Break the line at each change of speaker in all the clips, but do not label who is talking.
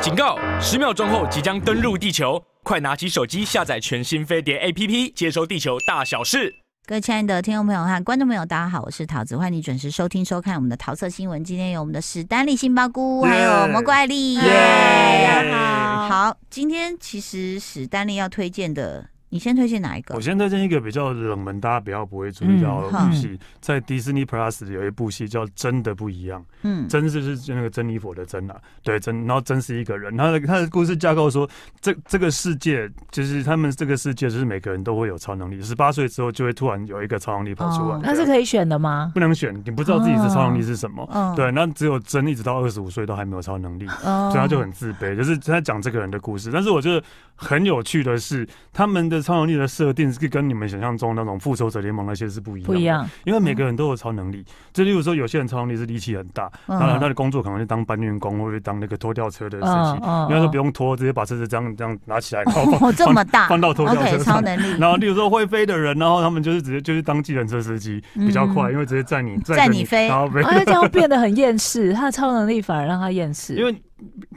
警告！十秒钟后即将登陆地球，快拿起手机下载全新飞碟 APP，接收地球大小事。
各位亲爱的听众朋友和观众朋友，大家好，我是桃子，欢迎你准时收听收看我们的桃色新闻。今天有我们的史丹利、杏鲍菇，还有蘑菇艾丽。
耶大
家好
好，今天其实史丹利要推荐的，你先推荐哪一个
我？先推荐一个比较冷门，大家比较不会注意
嗯
到的
好
戏，在 Disney Plus 有一部戏叫《真的不一样》，
嗯，
真是是那个珍妮佛的珍啊，对真，然后真是一个人，他的他的故事架构说，这这个世界就是他们这个世界就是每个人都会有超能力，十八岁之后就会突然有一个超能力跑出来，
哦
对
那是可以选的吗？
不能选，你不知道自己的超能力是什么，
哦
对，那只有真一直到二十五岁都还没有超能力，
哦
所以他就很自卑，就是他讲这个人的故事。但是我觉得很有趣的是，他们的超能力的设定是跟你们想象中那种复仇者联盟那些是不一样，
不一，样，
因为每个人都有超能力。就例如说，有些人超能力是力气很大，
嗯
当然他的工作可能是当搬运工或者当那个拖吊车的司
嗯
机，
嗯
因为他说不 用拖，直接把车子这样这样拿起来，然后 放
哦这么大
放到拖吊车
，OK，超
上。
能力
然后，例如说会飞的人，然后他们就是直接就是当计程车司机比较快，
嗯
因为直接载你
载
载着
你飞
然后飞。
哎，这样变得很厌世，他的超能力反而让他厌世，
因为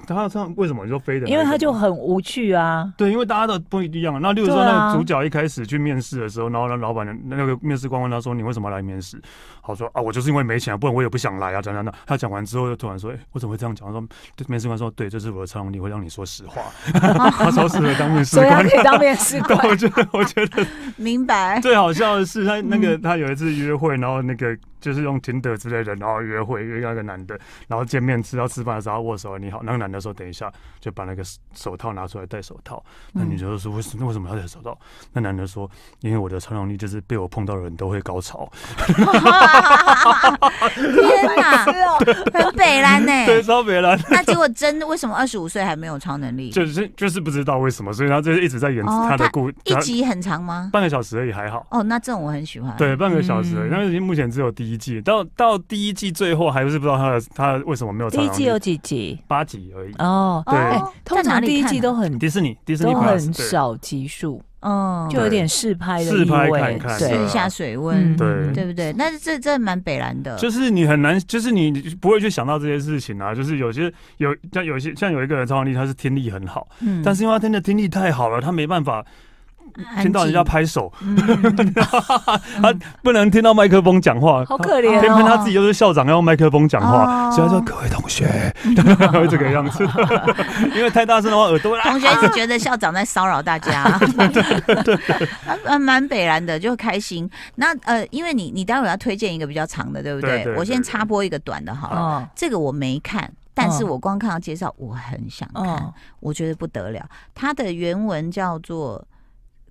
他这样为什么你说飞的那个？
因为他就很无 趣啊。
对，因为大家的不一样。那例如说，
对
那
啊
个主角一开始去面试的时候，然后那老板那个面试官问他说：“你为什么要来面试？”好说啊，我就是因为没钱啊，不然我也不想来啊，讲讲讲。他讲完之后，就突然说：“哎、我怎么会这样讲？”他说：“对，面试官说，对，这是我的超能力，会让你说实话。” 他超适合当面试
所以他
官
可。以当面试官
但，我觉得，我觉得
明白。
最好笑的是，他那
嗯
个他有一次约会，然后那个就是用 Tinder 之类的，然后约会约到一个男的，然后见面吃到吃饭的时候他握手，你好，那个男的说等一下，就把那个手手套拿出来戴手套，那女的就说为什么为什么要戴手套？
嗯
那男的说因为我的超能力就是被我碰到的人都会高潮，
天哪，
是哦，
很北蓝呢。
哎
对，超别人
那结果真为什么二十五岁还没有超能力？
就是就是不知道为什么，所以他就是一直在演
哦
他的
他
故，
一
他
集很长吗？
半个小时而已还好。
哦，那这种我很喜欢。，
对，半个小时而已，
嗯
但是目前只有第一季，到到第一季最后还是不知道他的他为什么没有超
第一
能
季有
力，
几集？
八集而已。
哦，
对
哎
哦，
通
在哪
常
里
第一
看
季
啊
都很
迪士尼，迪士尼
都
Plus
很
对
少集数，
嗯，
就有点试拍的
试
意
拍
味，
看看
试
对嗯
一下水温，
对
对不对？那这这蛮北蓝的，
就是你很难，就是你不会去想到这些事情啊。就是有些有像有些像有一个人超能力，他是听力很好，
嗯
但是因为他真的听力太好了，他没办法听到人家，拍手，
安静 嗯
他不能听到麦克风讲话，
好可
他。
怜
偏
哦。
偏他自己又是校长，要用麦克风讲话，
哦
所以他说：“各位同学，他会这个 样子，因为太大声的话，耳朵会
同学一直觉得校长在骚扰大 家， 蛮蛮北蓝的，就开心。那呃，因为你你待会要推荐一个比较长的，对不
对对对嗯
我先插播一个短的好了，
啊
哦
这个我没看。但是我光看到介绍，我很想看
哦，，
我觉得不得了。它的原文叫做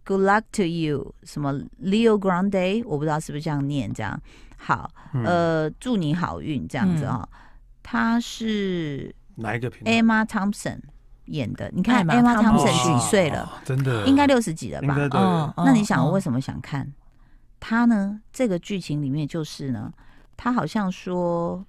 “Good luck to you”，什么 Leo Grande，我不知道是不是这样念，这样好，
嗯
呃，祝你好运这样子哦。
嗯
他是
哪一个频道？
Emma Thompson 演的，你看
Emma
Emma
Thompson
Thompson 几岁了？
哦？真的，
应该六十几了
应该
吧？
对。
哦
那你想我为
问
什么想看？他呢？这个剧情里面就是呢，他好像说，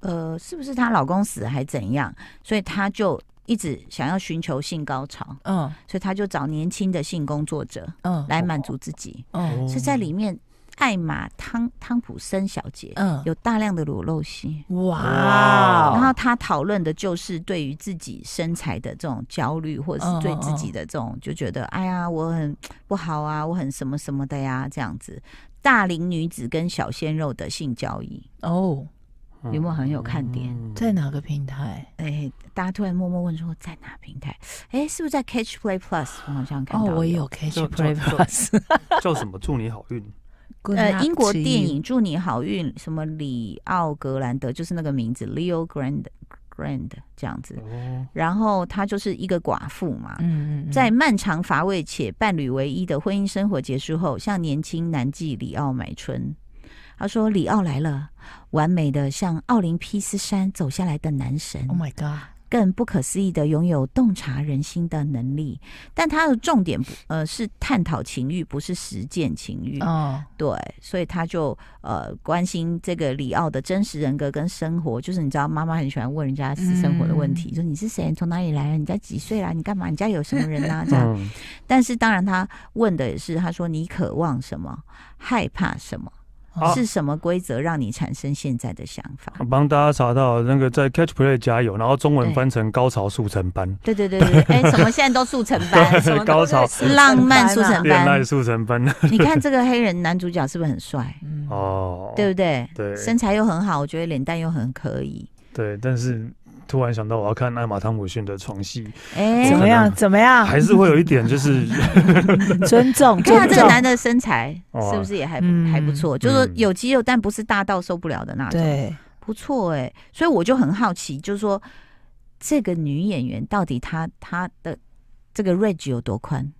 呃，是不是她老公死还怎样？所以她就一直想要寻求性高潮，
嗯
所以她就找年轻的性工作者
嗯
来满足自己。
哦
嗯
所以在里面，艾玛汤汤普森小姐
嗯，
有大量的裸露戏。
哇哦，
然后她讨论的就是对于自己身材的这种焦虑，或者是对自己的这种就觉得，哎呀，我很不好啊，我很什么什么的呀，这样子。大龄女子跟小鲜肉的性交易，
哦，
嗯
有没有很有看点？
嗯
在哪个平台？
哎，大家突然默默问说在哪平台？哎，是不是在 Catch Play Plus？我好像看
哦，
到。
我。有 Catch
就
Play
就
Plus，
叫什么？祝你好运。
Good
呃，
luck
英国
to
电
you
影《祝你好运》什么里奥格兰德，就是那个名字 Leo Grand Grand 这样子。
哦，
然后她就是一个寡妇嘛，
嗯嗯嗯，
在漫长乏味且伴侣唯一的婚姻生活结束后，向年轻男妓里奥买春。他说：“里奥来了，完美的像奥林匹斯山走下来的男神
Oh，my Oh God，
更不可思议的拥有洞察人心的能力。但他的重点不呃是探讨情欲，不是实践情欲。
哦，
对，所以他就呃关心这个里奥的真实人格跟生活，就是你知道妈妈很喜欢问人家私生活的问题，说你是谁，你从哪里来啊，你家几岁啦，你干嘛，你家有什么人 啊，这样。
嗯
但是当然他问的也是，他说你渴望什么，害怕什么，
啊
是什么规则让你产生现在的想法？
帮大家查到那个在 Catch Play 加油，然后中文
对
翻成高潮速 成班，
对对对对，哎、什么现在都速成班，
什么都
高潮
在速成
浪漫
班啊
速成
恋爱
班。
速成班。
你看这个黑人男主角是不是很帅？
嗯
哦，
对不对？
对
身材又很好，我觉得脸蛋又很可以。
对，但是突然想到我要看艾玛汤姆逊的床戏，
哎、
怎么
可
样？
能
怎么 样？
还是会有一点就是
尊重，
看他
尊
这个
重。
男的身材
哦
是不是也还、
嗯
还不错？就是说
嗯
有肌肉，但不是大到受不了的那种。
对，
不错哎、所以我就很好奇，就是说这个女演员到底她她的这个 range 有多宽？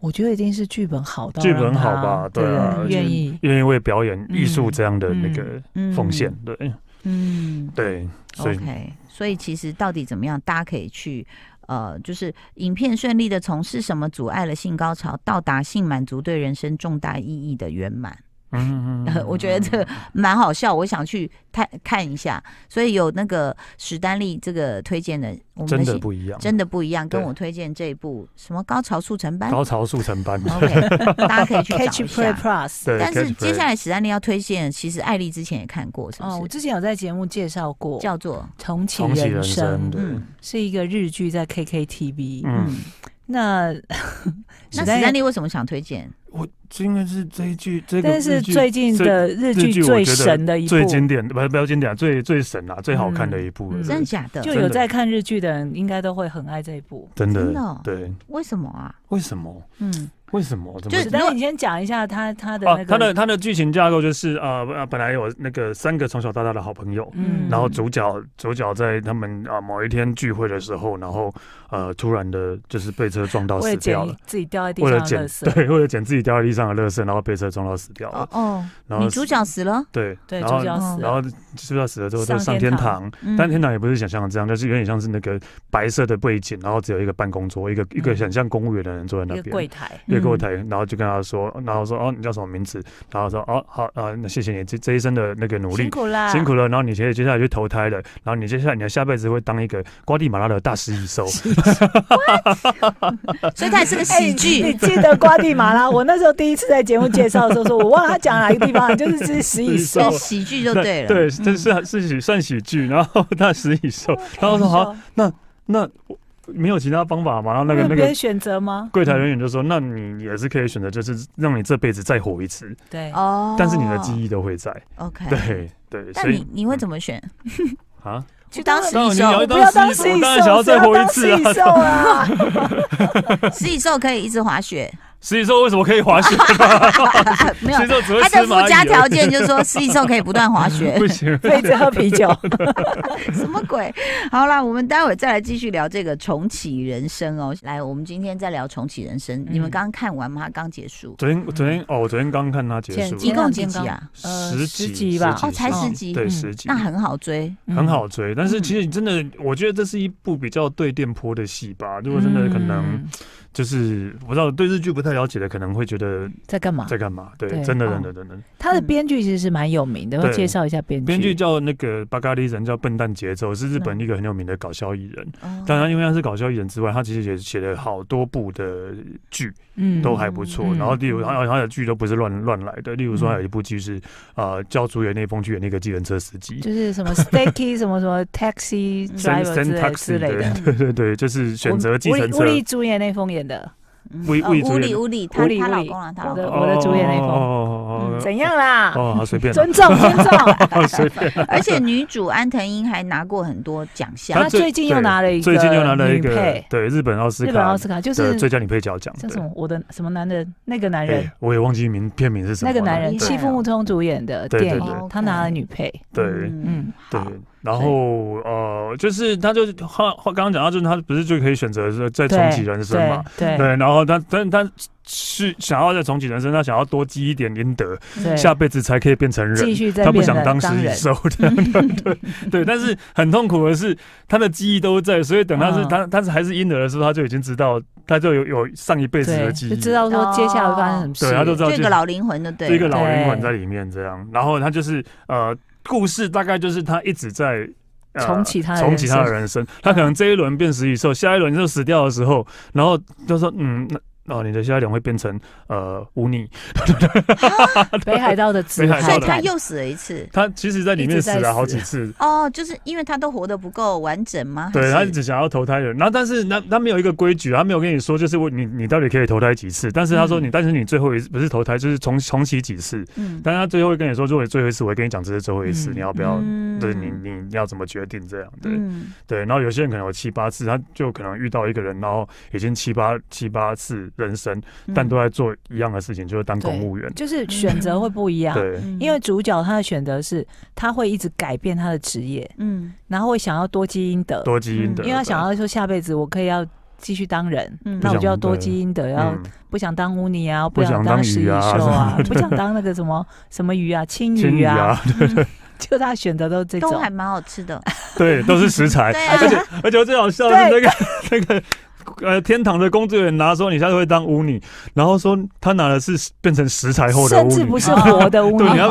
我觉得一定是剧本好到
剧本
让他
好吧？对啊，而且
愿意。
愿意为表演艺术这样的那个
嗯
奉献，对
嗯
对，所以
OK，所以其实到底怎么样，大家可以去。呃，就是影片顺利的从是什么阻碍了性高潮，到达性满足对人生重大意义的圆满，
嗯，嗯
我觉得这个蛮好笑，我想去看看一下。所以有那个史丹利这个推荐的，我们
真
的
的
戏
不一样，
真的不一样，跟
对
我推荐这一部什么高潮速成班
高潮速成班，
，OK，大家可以 去找
Catch
一
Play
下。
Plus。
对，
哦但是
Catch Play
接下来史丹利要推荐，其实艾丽之前也看过，是
哦，
不
我
是？
之前有在节目介绍过《
叫做
重启
重启
人
人
生
生，》，对，
嗯
是一个日剧，在 KKTV。
嗯，
那
那
史
史
丹利
丹利为什么想推荐？
我这应该是这一句，这个
但是
日剧
最近的日
日
剧
剧我
最
觉得
神的一部，
最经典，不不要经典，最最神啊，最好看的一部了
嗯，
真的假的？
就
真的
有在看日剧的人应该都会很爱这一部。
真
真的哦
的，对，
为什么啊？
为什么？
嗯，
为什么？怎么
就
史
是
丹利，你先讲一下他他的
啊
那，个
它的它的剧情架构就是呃，呃本来有那个三个从小到大的好朋友，
嗯
然后主角主角在他们啊、呃某一天聚会的时候，然后呃突然的就是被车撞到
为
死
了捡
掉了，
自己掉在地
为
上
了
的
捡
垃圾，
对，为了捡自己掉在地上的垃圾，然后被车撞到死掉了
哦，哦，
然后
女主角死了，
对
对，
然
主
后
角死
然
了，
后主角死了之后就
上
上天
天堂
堂，
嗯
但天堂也不是想象的这样，就是有点像是那个白色的背景，然后只有一个办公桌，一个一个
嗯
很像公务员的人坐在
一
那
个
边
柜。台，
越过台，然后就跟他说，然后说哦，你叫什么名字？然后说哦，好啊、呃那谢谢你这这一生的那个努力
辛，苦啦，
辛苦了。然后你接接下来去投胎了，然后你接下来你的下辈子会当一个瓜地马拉的大食蚁兽。
所以它也是个
哎
喜
你
剧。
记得瓜地马拉？我那时候第一次在节目介绍的时候，说我忘了他讲哪个地方，就是 这食蚁兽
是。喜剧就对了，
嗯
对，这是是喜算喜剧，然后大食蚁兽，然后说好，那我没有其他方法嘛？然后那个那
没有
个
选择吗？
柜台人员就说，那你也是可以选择，就是让你这辈子再活一次，
对，
哦，
但是你的记忆都会在。
OK，
对对，所
但你
以
你会怎么 选？
啊，
去当食
当
蚁
然你要
兽，
我不要当食蚁兽，谁当食蚁兽啊！
食蚁兽可以一直滑雪，
食蚁兽为什么可以滑雪？
没有
食蚁，兽只会
它
吃
的附
蚂蚁
加
而已，
条件就是说食蚁兽可以不断滑雪
不行，
可以只喝啤酒。
什么鬼？好啦，我们待会再来继续聊这个重启人生哦。来，我们今天在聊重启人生，你们
嗯
刚刚看完吗？刚结束，
昨天昨天哦，我昨天刚看它结
剪
束
辑
一
了，
共几集啊？
呃
十
十
几
集吧
哦才十集
对
嗯
十集
那。很好追，
很好追，但是
嗯
其实真的，我觉得这是一部比较对电波的戏吧。如果真的可
嗯
嗯
能就是我不知道对日剧不太了解的，可能会觉得
在干嘛
在？干
啊
嘛？对
对，
真的
哦
真的真的。
他的编剧其实是蛮有名的，
嗯对
要介绍一下编剧。
编剧叫那个巴嘎利人叫笨蛋节奏，是日本一个很有名的搞笑艺人。
哦
当然，因为他是搞笑艺人之外，他其实也写了好多部的剧，
嗯
都还不错。
嗯
然后，例如，然后他的剧都不是乱乱来的。例如说，
嗯
还有一部剧是呃，叫竹野内丰去演那个计程车司机，
就是什 么 Stacky 什么什么 Taxi
三
Driver
三
之类
taxi
之类
的
的。，
对对对，就是选择计程
吴
车。
丽主演那封演的，
嗯
魏
呃
魏
屋
主
里
演
屋里，她
屋里
她
屋
老
里
公了，她
我
老
的
公。
我的主演那一封
哦
怎样啦？
哦，好随便啦
尊 重尊重。
而且女主安藤樱还拿过很多奖项
她，最近又拿了一个
最近又拿了一
女
个
配
对日本奥斯
日本奥
卡
斯卡就
的
是
最佳女配角奖，
叫
对
什么我的什么男人那个男人
哎，我也忘记名片名是什么
那
了。
个男人
厉害哦
欺负木通主演的
对
电
对
影
对，
他拿了女配。
对
嗯，
对
好，，
然后呃，就是他就话话刚刚讲到，就是他不是就可以选择说再重启人生嘛？
对
对，然后他但他是想要再重启人生，他想要多积一点阴德，
对
下辈子才可以变成
继
人。
续在
他不
变
想
人
当食蚁
人。
兽 的，对对对，但是很痛苦的是，他的记忆都在，所以等他是
嗯
他他是还是婴儿的时候，他就已经知道，他就有有上一辈子
对，
的记忆
就，知道说接下来会发生什么事。
对，他就知道
这
就
个老灵魂的对
这个
了，
老灵魂
对
在里面这样。然后他就是呃，故事大概就是他一直在。呃
重启他的
重
人
启他的
生
人生，他可能这一轮变食蚁兽，下一轮就死掉的时候，然后就说嗯，那哦，你的下一点会变成呃污泥。
北海道的紫
北海
所
道
海
以
的
他
滩，
又死了一次。
他其实在里面死
一直在
了好
死
几 次，
哦，就是因为他都活得不够完整吗？还
对
是
他只想要投胎人，然后但是那他没有一个规矩，他没有跟你说就是我你你到底可以投胎几次，但是他说
嗯
你，但是你最后一次不是投胎就是重重启几次，
嗯，
但他最后会跟你说，如果你最后一次，我会跟你讲这是最后一次，
嗯
你要不要？
嗯
对你，你要怎么决定这样？对、
嗯
对，然后有些人可能有七八次，他就可能遇到一个人，然后已经七八七八次人生，
嗯
嗯
但都在做一样的事情，就是当公务员。
就是选择会不一样。
对，
嗯
因为主角他的选择是，他会一直改变他的职业，
嗯
然后会想要多基因的，
多基因的，
因为他想要说下辈子我可以要继续当人，
嗯
那我就要
不想
多基因的，
对
要
嗯
不想当乌尼啊，
不想
想
当
当食蚁
鱼
兽
啊
啊，不想当那个什么什么鱼啊，青
青
鱼
鱼
啊，
啊，
就他选择都是这种
都。还蛮好吃的，
对，都是食 材。
对啊
哎而且而且我最好笑的是那个 那个。呃，天堂的工作人员拿说你下次会当巫女，然后说他拿的是变成食材后的巫
甚
女，
至不是 活的乌
对，
尼
你，要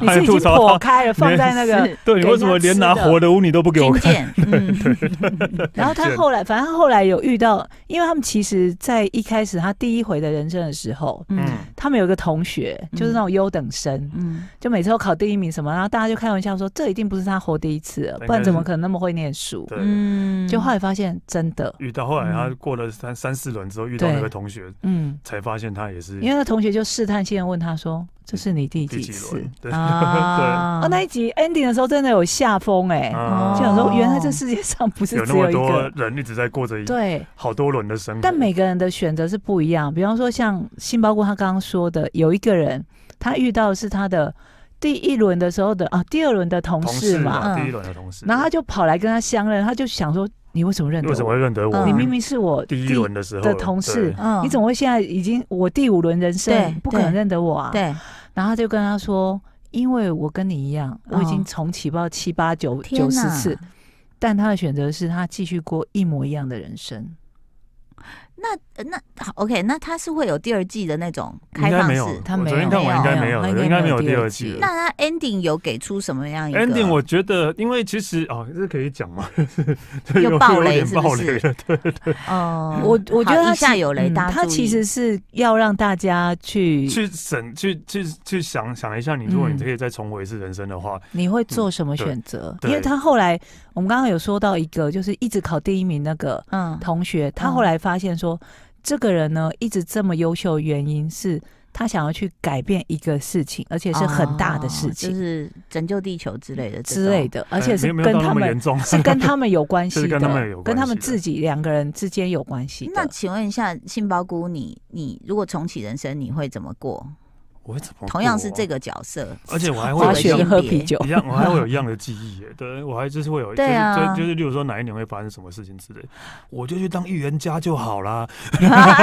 你
还
是已
吐
经
槽
破
他，
开了，放在那个。
是
对你
给
为什么
人家
连
吃
拿
的
活的巫女都不给我
军
看？
舰， 嗯，
然后他后来，反正他后来有遇到，因为他们其实，在一开始他第一回的人生的时候，
嗯
他们有一个同学，就是那种优等生，
嗯
就每次都考第一名什么，然后大家就开玩笑说，这一定不是他活第一次了，
应该
不然怎么
是
可能那么会念书？
对
嗯，
就后来发现真的，
遇到后来他
嗯
过了三三四轮之后，遇到
对
那个同学，
嗯，
才发现他也是
因为那同学就试探性的问他说：“这是你第
第
几
几
次
轮？”，对，
啊
哦，那一集 ending 的时候真的有下风哎、
啊
就想说
哦
原来这世界上不是
有那
只有
么
一
多嗯
个。
人一直在过着一
对，
好多轮的生活，
但每个人的选择是不一样。比方说，像杏鲍菇他刚刚说的，有一个人他遇到的是他的第一轮的时候的啊，第二轮的同
同
事嘛，
嗯
第一轮的同事，
然后他就跑来跟他相认，他就想说：“你为什么认得
为什么
我？
会认得我？
嗯
你明明是我
第一轮的时候
的同事，
嗯
你怎么会现在已经我第五轮人生
对，
不可能
对
认得我啊？”
对，
然后他就跟他说：“因为我跟你一样，
哦
我已经重启报七八九
天
九十
哪
次，但他的选择是他继续过一模一样的人生。
那呃那好，OK，那他是会有第二季的那种
应
开
该
放
没有，
式。
他
我
没
昨天
有
看完应该没
没有
有，
他
应
应该
该
没
没
有
有
第
第
二
二
季
季了。
那他 ending 有给出什么样一个
ending 我觉得，因为其实哦，这可以讲吗？ 这
又
有
爆
有
雷
点
是不
爆
是
雷了，对，
哦，
我我觉得
好
他
一下
其
有雷，
嗯
大家
他
注
其
意
实是要让大家去，
去审去去去想想一下，你如果
嗯
你可以再重回一次人生的话，
你会做什么选择？
嗯对
因为他后来我们刚刚有说到一个，就是一直考第一名那个
嗯
同学，他后来发现说，这个人呢一直这么优秀，的原因是他想要去改变一个事情，而且是很大的事情。
哦就是拯救地球之类的这
之类
种。
的，而且
呃
是
没有没
跟
有到
他
那么
们
严重，
是跟他们有关系的，
就是跟他们有关系的
跟他们自己两个人之间有关系
那
的。
请问一下，杏鲍菇你，你如果重启人生，你会怎么过？
我会怎么
同样是
过啊
这个角色，
而 且 我还
滑
会
滑
有一
雪
性
跟
样
喝啤酒，
一样，我还会
啊
有一样的记忆耶。对，我还就是会有，
对啊
就是就就是，例如说哪一年会发生什么事情之类，我就去当预言家就好啦。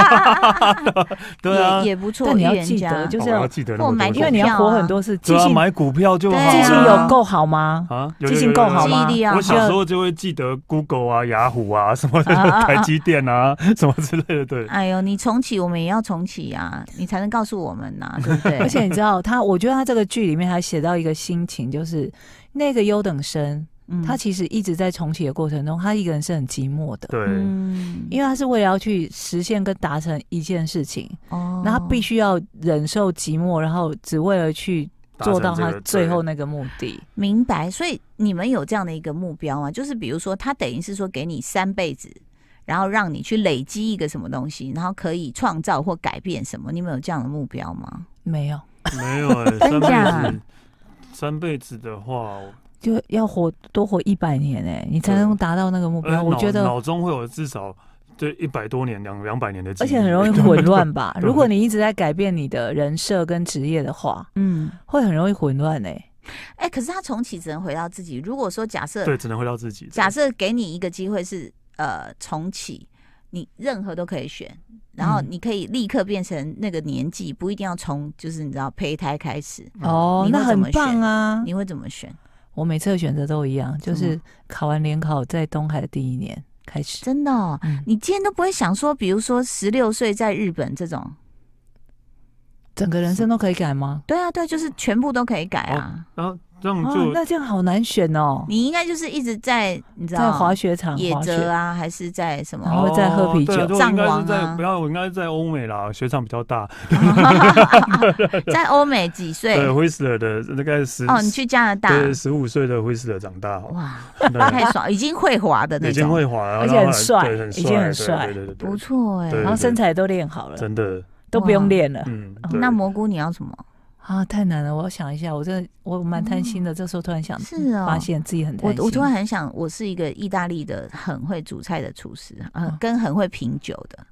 啊对啊
也，也不错。
但你要
预言
记
家
得，就
哦
是
我
要
要，记得那
或
么
买
多
因为
东
你
西
要活很多次，记
对啊，
性
买股票就好
对
啦。
记
啊
性有够 好吗？
啊，有
记性够好吗
记忆力要啊好
我小时候就会记得 Google 啊、雅虎啊什么的
啊啊啊，
台积电啊什么之类的，对。
哎呦，你重启，我们也要重启啊，你才能告诉我们呐、 对不对？
而且你知道他，我觉得他这个剧里面还写到一个心情，就是那个优等生，
嗯，
他其实一直在重启的过程中，他一个人是很寂寞的，
对，
嗯
因为他是为了要去实现跟达成一件事情，
哦
那他必须要忍受寂寞，然后只为了去
达成
做到
这
他
个
最
对
后那个目的。
哦
明白，所以你们有这样的一个目标啊，就是比如说，他等于是说给你三辈子，然后让你去累积一个什么东西，然后可以创造或改变什么。你们有这样的目标吗？
没有，
没 有哎，
真
三
的啊
辈子，三辈子的话，
就要活多活一百年哎、你才
对
能达到那个目
呃
标。我
脑
觉得，
脑中会有至少对一百多年、两两百年的记忆，
而且很容易混乱吧
。对
如果你一直在改变你的人设跟职业的话，
嗯，
会很容易混乱哎、
哎、可是他重启只能回到自己。如果说假设
对，只能回到自己。
假设给你一个机会是呃重启，你任何都可以选，然后
嗯
你可以立刻变成那个年纪，不一定要从就是你知道胚胎开始，
嗯
哦，
你会
那
怎么
很棒啊！
你会怎么选？
我每次的选择都一样，就
什
是
么
考完联考在东海的第一年开始。
真的、哦，
嗯，
你今天都不会想说，比如说十六岁在日本这种。
整个人生都可以改吗？
对啊，对，就是全部都可以改啊。
然后这样
哦
嗯就、，
那这样好难选哦，
你应该就是一直在你知
在
道
滑雪场
野
滑
泽
雪，
啊，还是在什
然后
么？
再喝啤
对
酒
啊就我应该
藏
是
王啊
在不要，我应该是在欧美啦，雪场比较大。
在欧美几岁？
对，Whistler 的大概十
哦，你去加拿大，
对十五岁的 Whistler 长大哦，
哇，
对，
太爽，已经会滑的那
已经
种，
会滑了，
而且
然后
很帅
对，很
已经很
对
帅
对对对对
不，错哎。
对
然后身材都练好了，
真的，
都不用练了
嗯，对
哦那蘑菇你要什么？
啊，太难了，我要想一下，我真的我蛮贪心的，这时候突然想，
哦是哦
发现自己很贪
我
心，
我突然很想，我是一个意大利的很会煮菜的厨师，呃
哦
嗯，
跟很会品酒的。
嗯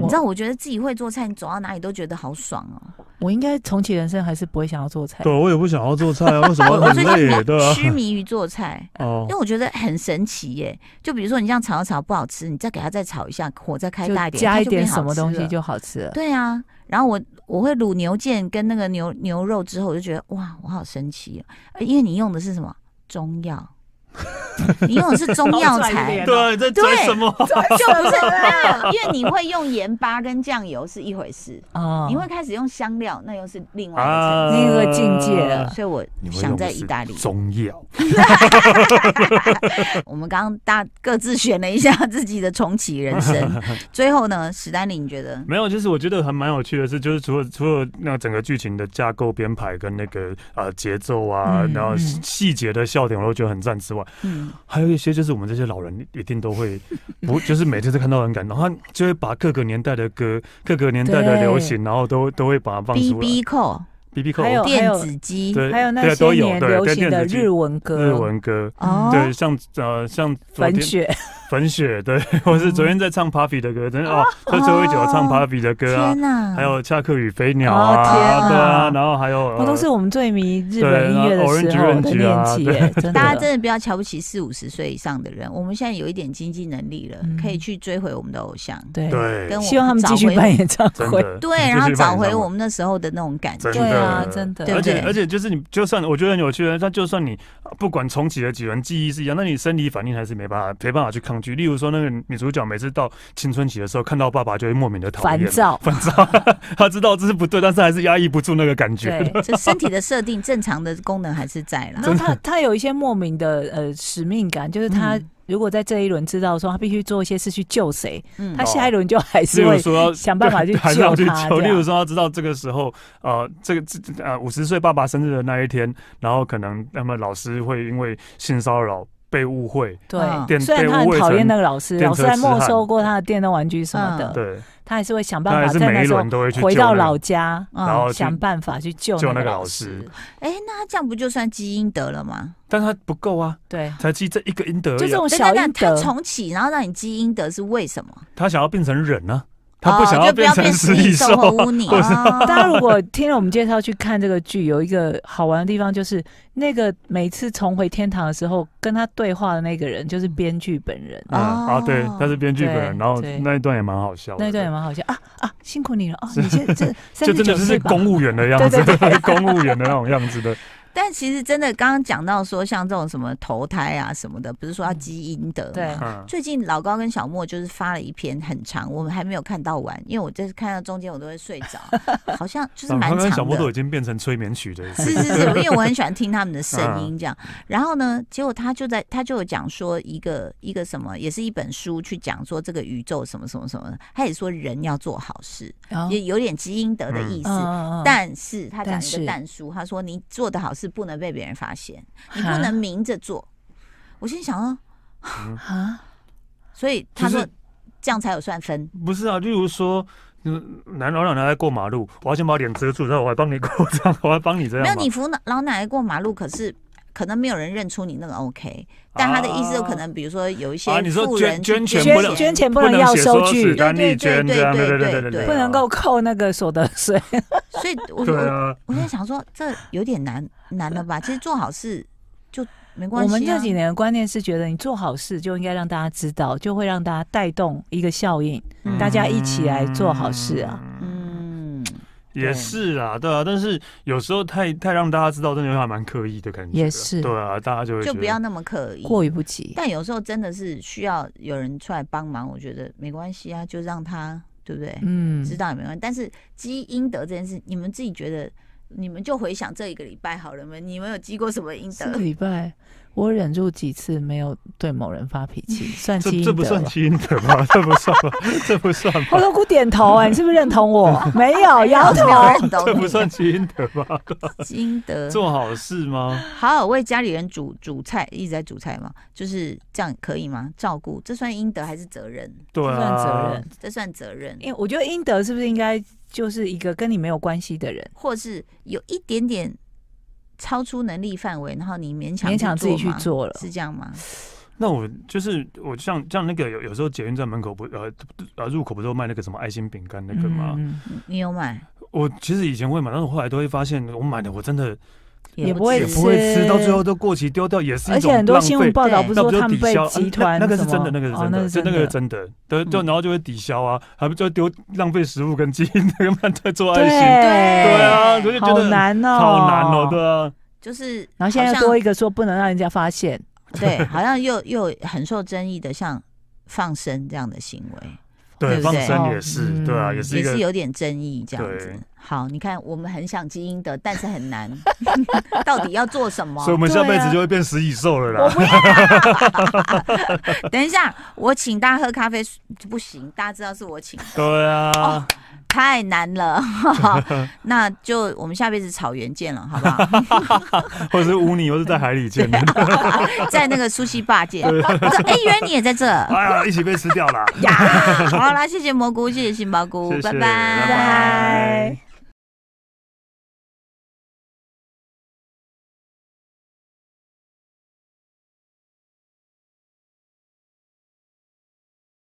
你知道，我觉得自己会做菜，你走到哪里都觉得好爽哦。
我应该重启人生，还是不会想要做菜
对，，我也不想要做菜啊，为什么
哦我
很
最
累？对
近
啊，
痴迷于做菜，
哦
因为，我觉得很神奇耶。就比如说你这样炒一炒不好吃，你再给它再炒一下，火再开
就
大一点，
加
它
一
就变
点
好
什么
吃
东西
了
就好吃了。
对啊。然后我我会卤牛腱跟那个牛牛肉之后，我就觉得哇，我好神奇、哦，呃因为你用的是什么中 药，你用的是中药材。
对啊，你在拽什么？
就不是那， 因为你会用盐巴跟酱油是一回事，
啊，
你会开始用香料，那又是另外一层。
啊，
那个境界了
所以我
你会用
想
的
在
是
意 大利。
中药，
我们刚刚大各自选了一下自己的重启人 生，最后呢，史丹利，你觉得？
没有，就是我觉得还蛮有趣的是，就是除了除了那整个剧情的架构编排跟那个呃节奏啊，
嗯
然后
嗯
细节的笑点我都觉得很赞之外，
嗯，
还有一些就是我们这些老人一定都会不，就是每次都看到很感动，他就会把各个年代的歌、各个年代的
对
流行，然后都都会把它放
B
出来。
B 扣
B B 扣
哦还有
电子机，
对，
还有那
对
些
都有
年
对
流
跟
行
电
的
子机
日文歌、
日文歌，
哦，
嗯对，像呃像昨
粉
天
雪，嗯
粉雪，对，或是昨天在唱 Puffy 的歌，真的哦，喝醉酒唱 Puffy 的歌啊
天，哪！
还有恰克与飞鸟
哦
啊，
天啊
对啊，然后还有
那
呃
哦都是我们最迷日
对
本音乐的
然后
时候
Orange
的
Orange
年
啊
纪
对
耶，真的。
大家真的不要瞧不起四五十岁以上的人，我们现在有一点经济能力了，
嗯
可以去追回我们的偶像，
对，
对
跟，我
希望他们继续
找回
办演唱
真
会。
的
对，然后找回我们那时候的那种感觉
真。
对
的
啊真的
而
对
且
不对
而且就是你，就算我觉得很有趣的，但就算你呃不管重启了几轮，记忆是一样，那你生理反应还是没办法没办法去抗拒。例如说，那个女主角每次到青春期的时候，看到爸爸就会莫名的讨
烦
厌。
躁，
烦躁， 她知道这是不对，但是还是压抑不住那个感觉。
对。
这身体的设定正常的功能还是在啦
然。后他他有一些莫名的呃使命感，就是他
嗯
如果在这一轮知道说他必须做一些事去救谁，
嗯
他下一轮就还
例
是
如
会
说要
想办法去
对 还是要
救
去
他
救。
这
例
样
如说，要知道这个时候，呃，这个这呃五十岁爸爸生日的那一天，然后可能那么老师会因为性骚扰被误会，
嗯
对。
电
虽然他
被误
很
会
讨厌
成
那个老师，
电
老
车
师还
痴
没
汉
收过他的电动玩具什么
嗯
的，
对，
他还是会想
他
呃办
还
法
是
在那
每一
时候
轮都会去
回
救
到
那个
老家，
嗯
然后去
想办法去救
救
那
那
个
个
老
老师。
哎，那这样不就算基因得了吗？
但他不够啊，
对，
才记这一个音得而已啊，
就这种
对
小
那
应
他
得，
重启，然后让你基因得是为什么？
他想要变成人呢、啊，他不
哦
想
就不
变
要
成
变
食
食
蚁
蚁
兽
兽
啊
和污 泥。
大家
哦
如果听了我们介绍去看这个剧，有一个好玩的地方，就是那个每次重回天堂的时候，跟他对话的那个人就是编剧本 人，
嗯啊，对，他是编剧本人，
哦对
然后
对
那一段也蛮好笑的，
那一段也蛮好笑啊啊，辛苦你了哦，你现在 这三
就
十
真的
九
就是
岁吧，
公务员 的样子， 公务员的那种样子的，
但其实真的刚刚讲到说，像这种什么投胎啊什么的，不是说要基因得
对
吗？
嗯，
最近老高跟小莫就是发了一篇很长，我们还没有看到完，因为我就是看到中间我都会睡着，好像就是蛮
啊刚
长
刚
的。
小莫都已经变成催眠曲 的，
是是是，因为我很喜欢听他们的
嗯
声音这样。然后呢，结果他就在他就有讲说一个一个什么，也是一本书去讲说这个宇宙什么什么什么的。他也说人要做好事，
然后
也有点基因德的意思。
哦嗯
但是他讲
但
一
是
个蛋叔，他说你做的好事不能被别人发现，你
你
不能明着做。我心想啊，
啊，
所以他说
就是
这样才有算分。
不是啊，例如说。嗯，男老奶奶在过马路，我要先把脸遮住，然后我还帮你过，这样我还帮你这样
没
嘛。
有你扶老奶奶过马路，可是可能没有人认出你那个 OK，但
啊
他的意思就可能比如说有一些
啊你说
富人
捐
去
捐不
捐
能
啊捐钱不
不
能要
写
收
说史
据，
丹利
对对
捐这样，
对对对
对对对
对
对，
不能够扣那个所得 税，
所以我
对
我
啊，
我在想说，这有点难难了吧？其实做好事就没关
我
系、啊。
们这几年的观念是觉得你做好事就应该让大家知道，就会让大家带动一个效应，
嗯
大家一起来做好事啊。
嗯，
也是啊，对啊，但是有时候太太让大家知道，真的还蛮刻意的感觉。
也是
对啊，大家就会
就
觉
不
得
要那么刻意。
过于不及。
但有时候真的是需要有人出来帮忙，我觉得没关系啊，就让他对不对？
嗯
知道也没关系。但是基因得这件事，你们自己觉得你们就回想这一个礼拜好了嘛，你们有积过什么阴
这个
德？
礼拜我忍住几次没有对某人发脾气，算
这
基因
这不
得
算
吧
基因的吧？ 这不算 吧？这不算
我
吧？
都不点头哎、你是不是认同我？ 没有，摇头
没。有人懂
这
你
不算基因的 吧？
金德。
做好事吗？
好，为家里人煮煮菜，一直在煮菜嘛，就是这样可以吗？照顾，这算应得还是责任？
对
这算责
啊
任，
这算责任，
因为我觉得英德是不是应该就是一个跟你没有关系的人，
或是有一点点超出能力范围，然后你勉强
勉强自己去
吗，
做了？
是这样吗？
那我就是我像像那个有有时候捷运站门口不呃呃入口不是有卖那个什么爱心饼干那个吗？
嗯
你你有买
我其实以前会买，但是我后来都会发现，我买的我真的
也不会
也
吃
不会吃，到最后都过期丢掉，也是
而
一种
且很多新闻报道
对
不是
那
说
就
他们
抵
被
消啊
集团
那那个是
什
真
么
的，那个是
哦
真的，
是
就
嗯
那个是真的，对，就然后就会抵消啊，还不就丢浪费食物跟基因那个慢在做爱心，对啊，所以就觉
好
得
难哦，
好难哦，对。啊，
就是好像，
然后现在又多一个说不能让人家发现，
对，好像又又很受争议的，像放生这样的行为，对
对，
不
放
对
生也是，对啊，
嗯
也是
也
一个
是有点争议这样子
对。
好，你看，我们很想基因的，但是很难， 到底要做什么
啊
所以？我们下辈子就会变食蚁兽了
我
啦。
不要。等一下，我请大家喝咖啡不行，大家知道是我请，
对
哦
啊，
太难 了。那就我们下辈子草原见了，好不好？
或者是污泥，或是在海里见的，
在那个苏西坝见。我说，哎，原来你也在 这
哎呀，一起被吃掉了。
呀！好啦，谢谢蘑菇，谢谢杏鲍菇，
谢谢
拜拜
拜拜